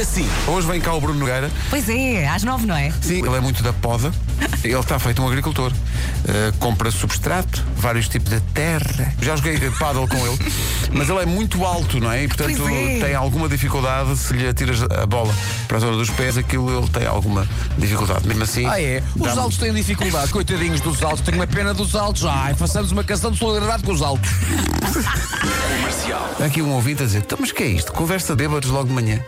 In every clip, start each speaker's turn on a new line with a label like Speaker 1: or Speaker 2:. Speaker 1: assim.
Speaker 2: Hoje vem cá o Bruno Nogueira.
Speaker 3: Pois é, às nove, não é?
Speaker 2: Sim, ele é muito da poda. Ele está feito um agricultor. Uh, compra substrato, vários tipos de terra. Já joguei eh, paddle com ele. Mas ele é muito alto, não é? E portanto
Speaker 3: Pois é.
Speaker 2: tem alguma dificuldade se lhe atiras a bola para a zona dos pés, aquilo ele tem alguma dificuldade. Mesmo assim.
Speaker 1: Ah, é? Os
Speaker 2: dá-me-
Speaker 1: altos têm dificuldade. Coitadinhos dos altos. Tenho uma pena dos altos. Ai, façamos uma canção de solidariedade com os altos.
Speaker 2: Há Aqui um ouvinte a dizer, "Então, mas que é isto? Conversa de bêbados logo de manhã.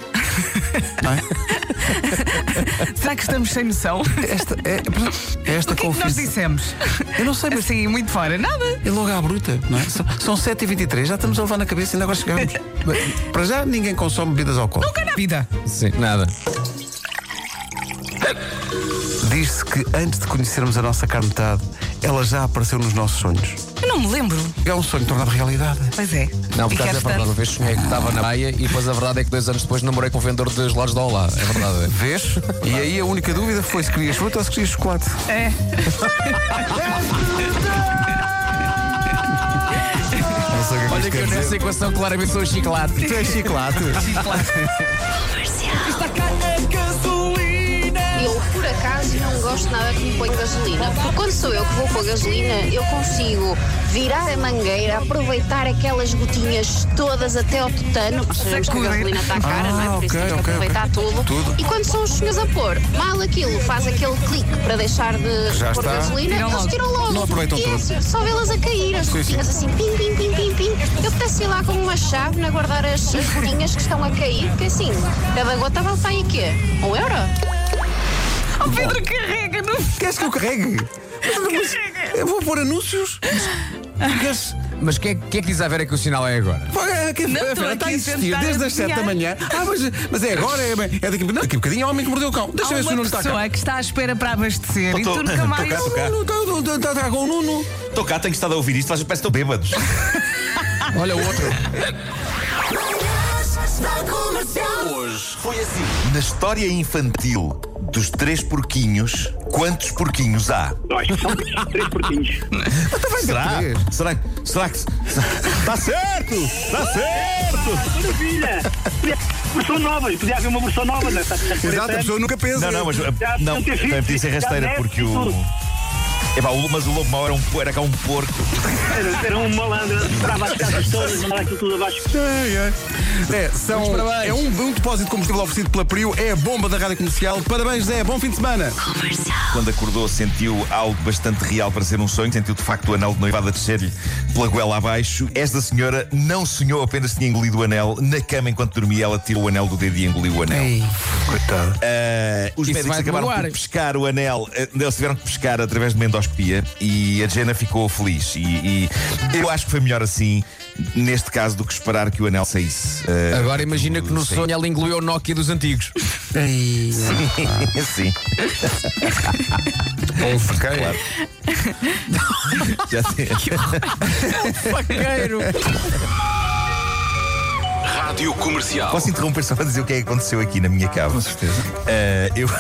Speaker 2: Não é?
Speaker 3: Será que estamos sem noção?
Speaker 2: Esta, é, é esta
Speaker 3: O que é que nós dissemos?
Speaker 2: Eu não sei, mas
Speaker 3: Assim, muito fora. Nada.
Speaker 2: é logo à bruta, não é? São, são 7h23, já estamos a levar na cabeça, ainda agora chegamos. Bem, Para já ninguém consome bebidas alcoólicas.
Speaker 3: Vida.
Speaker 1: Sim, nada.
Speaker 2: Diz-se que antes de conhecermos a nossa carne metade, ela já apareceu nos nossos sonhos.
Speaker 3: Eu não me lembro.
Speaker 2: É um sonho tornado realidade.
Speaker 3: Pois é.
Speaker 1: Não,
Speaker 3: E
Speaker 1: por acaso é
Speaker 3: queres
Speaker 1: verdade.
Speaker 3: tanto?
Speaker 1: Uma vez sonhei que estava na praia e depois a verdade é que dois anos depois namorei com o vendedor de gelados da Olá. É verdade.
Speaker 2: Vês? E aí a única dúvida foi se querias fruta ou se querias chocolate.
Speaker 3: É.
Speaker 2: Não sei o que é que isto
Speaker 1: Olha que
Speaker 2: quer
Speaker 1: eu
Speaker 2: dizer.
Speaker 1: nessa equação claramente sou o chiclate.
Speaker 2: Tu és chiclate.
Speaker 4: Eu, por acaso, não gosto nada que me ponha gasolina, porque quando sou eu que vou pôr gasolina, eu consigo virar a mangueira, aproveitar aquelas gotinhas todas até ao tutano, porque sabemos que a
Speaker 3: Sacudir.
Speaker 4: gasolina está cara, não é? Por isso
Speaker 2: né? Ah, ok,
Speaker 4: temos que
Speaker 2: ok,
Speaker 4: aproveitar
Speaker 2: ok.
Speaker 4: tudo.
Speaker 2: Tudo.
Speaker 4: E quando são os senhores a pôr, mal aquilo faz aquele clique para deixar de
Speaker 2: Já
Speaker 4: pôr
Speaker 2: está.
Speaker 4: gasolina,
Speaker 3: Tiram
Speaker 4: eles
Speaker 3: logo.
Speaker 4: tiram logo.
Speaker 2: Não aproveitam
Speaker 4: e é
Speaker 2: tudo.
Speaker 4: só vê-las a cair, as
Speaker 2: Sim, sim.
Speaker 4: gotinhas assim, pim, pim, pim, pim, pim. Eu pudesse ir lá com uma chave a guardar as as gotinhas que estão a cair, porque assim, cada gota vale para aí o quê? Um euro?
Speaker 3: O Pedro carrega-nos.
Speaker 2: Queres que eu carregue? Eu vou pôr anúncios. Queres?
Speaker 1: Mas quem é, que- quem é que diz à Vera que o sinal é agora?
Speaker 2: Pá, que-
Speaker 3: Não,
Speaker 2: a
Speaker 3: estou
Speaker 2: Vera
Speaker 3: aqui
Speaker 2: está a
Speaker 3: a
Speaker 2: insistir
Speaker 3: tentar
Speaker 2: desde as 7 da manhã.
Speaker 3: adivinhar.
Speaker 2: Ah, mas, mas é agora, é, bem- é daqui, não, daqui a bocadinho é o homem que mordeu o cão.
Speaker 3: Há
Speaker 2: Deixa eu ver se o
Speaker 3: uma
Speaker 2: Nuno está cá.
Speaker 3: pessoa que está à espera para abastecer e
Speaker 5: Tô-
Speaker 3: tu nunca
Speaker 5: tô
Speaker 3: mais.
Speaker 5: cá, tô cá.
Speaker 2: Nuno, está- está- está- está com o Nuno.
Speaker 5: Estou cá, tenho estado a ouvir isto, parece que estão bêbados.
Speaker 1: Olha o outro.
Speaker 5: Hoje foi assim. Na história infantil dos três porquinhos, quantos porquinhos há?
Speaker 6: Nós são três porquinhos.
Speaker 5: Será?
Speaker 2: três.
Speaker 5: Será? Será que. Está certo! Está certo!
Speaker 6: Maravilha! Podia- Versão nova, podia haver uma versão nova, não é?
Speaker 2: Exato, a pessoa nunca pensa.
Speaker 5: Não, não, mas. eh,
Speaker 6: Já
Speaker 5: Não,
Speaker 6: tinham ter
Speaker 5: também podia
Speaker 6: filhos,
Speaker 5: ser
Speaker 6: já
Speaker 5: rasteira,
Speaker 6: netos
Speaker 5: porque
Speaker 6: e
Speaker 5: o.
Speaker 6: tudo.
Speaker 5: Epá, o- mas o lobo mau era, um, po- era cá um porco.
Speaker 6: Era, era um malandro, estava as casas todas, mandava aquilo tudo abaixo.
Speaker 2: Ai, ai. É, são,
Speaker 1: parabéns.
Speaker 2: é um, um depósito de combustível oferecido pela Prio, é a bomba da rádio comercial. Parabéns, Zé, bom fim de semana.
Speaker 5: Quando acordou, sentiu algo bastante real para ser um sonho, sentiu de facto o anel de noivado a descer-lhe pela goela abaixo. Esta senhora não sonhou, apenas tinha engolido o anel. Na cama, enquanto dormia, ela tirou o anel do dedo e engoliu o anel.
Speaker 2: coitado.
Speaker 5: Ah, os
Speaker 1: Isso
Speaker 5: médicos
Speaker 1: vai
Speaker 5: acabaram
Speaker 1: demorar.
Speaker 5: por pescar o anel, ah, eles tiveram que pescar através de uma endoscopia e a Jenna ficou feliz. E, e eu acho que foi melhor assim, neste caso, do que esperar que o anel saísse. Ah,
Speaker 1: Agora imagina que no
Speaker 5: sim.
Speaker 1: sonho ela engoliu o Nokia dos antigos.
Speaker 5: Sim,
Speaker 2: Houve
Speaker 5: claro. Já tem.
Speaker 3: um
Speaker 1: Faqueiro!
Speaker 5: Posso interromper só para dizer o que é que aconteceu aqui na minha cava? Com certeza. eu.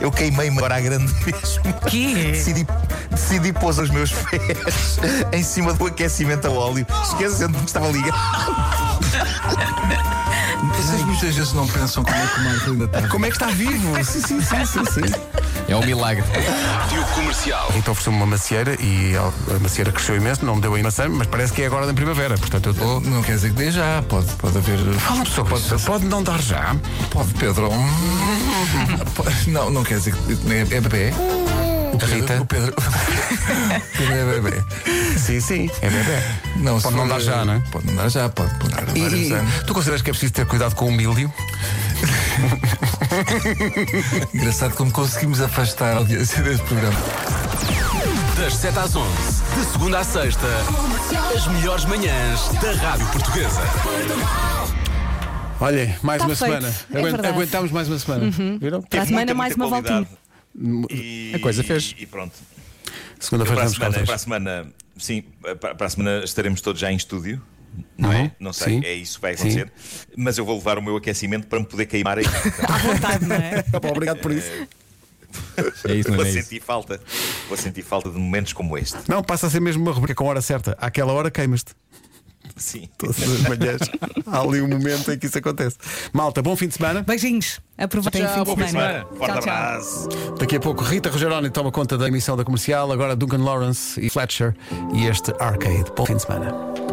Speaker 5: Eu queimei-me agora à grande mesmo.
Speaker 1: É.
Speaker 3: Que?
Speaker 5: Decidi, decidi pôr os meus pés em cima do aquecimento a óleo, esquecendo que estava ligado.
Speaker 2: Vocês muitas vezes não pensam como é que o Marco ainda está. Como é que está vivo? sim, sim, sim, sim, sim.
Speaker 1: É um milagre.
Speaker 2: Então ofereceu-me uma macieira e a macieira cresceu imenso, não me deu aí maçã, mas parece que é agora na primavera. Portanto, eu estou.
Speaker 7: Oh, Não quer dizer que dê já, pode, pode haver.
Speaker 2: Fala, pessoa, pode, pode não dar já.
Speaker 7: Pode, Pedro. Não, não quer dizer que. É, é bebê. O Pedro-
Speaker 2: Rita?
Speaker 7: O Pedro. o Pedro é bebê.
Speaker 2: Sim, sim. É bebê.
Speaker 7: Não, se
Speaker 2: Pode não
Speaker 7: for-
Speaker 2: dar já, não é?
Speaker 7: Pode não dar já, pode, pode dar
Speaker 2: E,
Speaker 7: vários
Speaker 2: e
Speaker 7: anos.
Speaker 2: tu consideras que é preciso ter cuidado com o milho?
Speaker 7: Engraçado como conseguimos afastar a audiência deste programa.
Speaker 8: Das 7 às 11, de segunda à sexta, as melhores manhãs da Rádio Portuguesa.
Speaker 2: Olha, mais
Speaker 9: Tá
Speaker 2: uma
Speaker 9: feito.
Speaker 2: semana.
Speaker 9: É
Speaker 2: Aguent-
Speaker 9: verdade. Uhum.
Speaker 2: aguentámos mais uma semana. Viram?
Speaker 9: Para a semana,
Speaker 5: muita,
Speaker 9: mais
Speaker 5: muita
Speaker 9: uma voltinha.
Speaker 5: qualidade.
Speaker 2: E-
Speaker 5: E,
Speaker 1: A coisa fez.
Speaker 5: E pronto. Para
Speaker 2: Segunda-feira
Speaker 5: a,
Speaker 2: vamos cá
Speaker 5: semana,
Speaker 2: outra
Speaker 5: para a
Speaker 2: vez.
Speaker 5: semana, sim, para, para a semana estaremos todos já em estúdio. Não
Speaker 2: Uhum,
Speaker 5: é? Não sei,
Speaker 2: sim.
Speaker 5: é isso que vai acontecer. Mas eu vou levar o meu aquecimento para me poder queimar aí.
Speaker 9: À vontade, não é?
Speaker 2: Tá bom, Obrigado por isso.
Speaker 1: É isso, não
Speaker 5: vou
Speaker 1: é isso.
Speaker 5: sentir falta. Vou sentir falta de momentos como este.
Speaker 2: Não, passa a ser mesmo uma rubrica com hora certa. Àquela hora queimas-te.
Speaker 5: Sim.
Speaker 2: Todas as manhãs há ali um momento em que isso acontece. Malta, bom fim de semana.
Speaker 3: Beijinhos. Aproveitem o fim de semana.
Speaker 5: Forte abraço.
Speaker 2: Daqui a pouco, Rita Rogeroni toma conta da emissão da comercial. Agora Duncan Lawrence e Fletcher e este arcade. Bom fim de semana.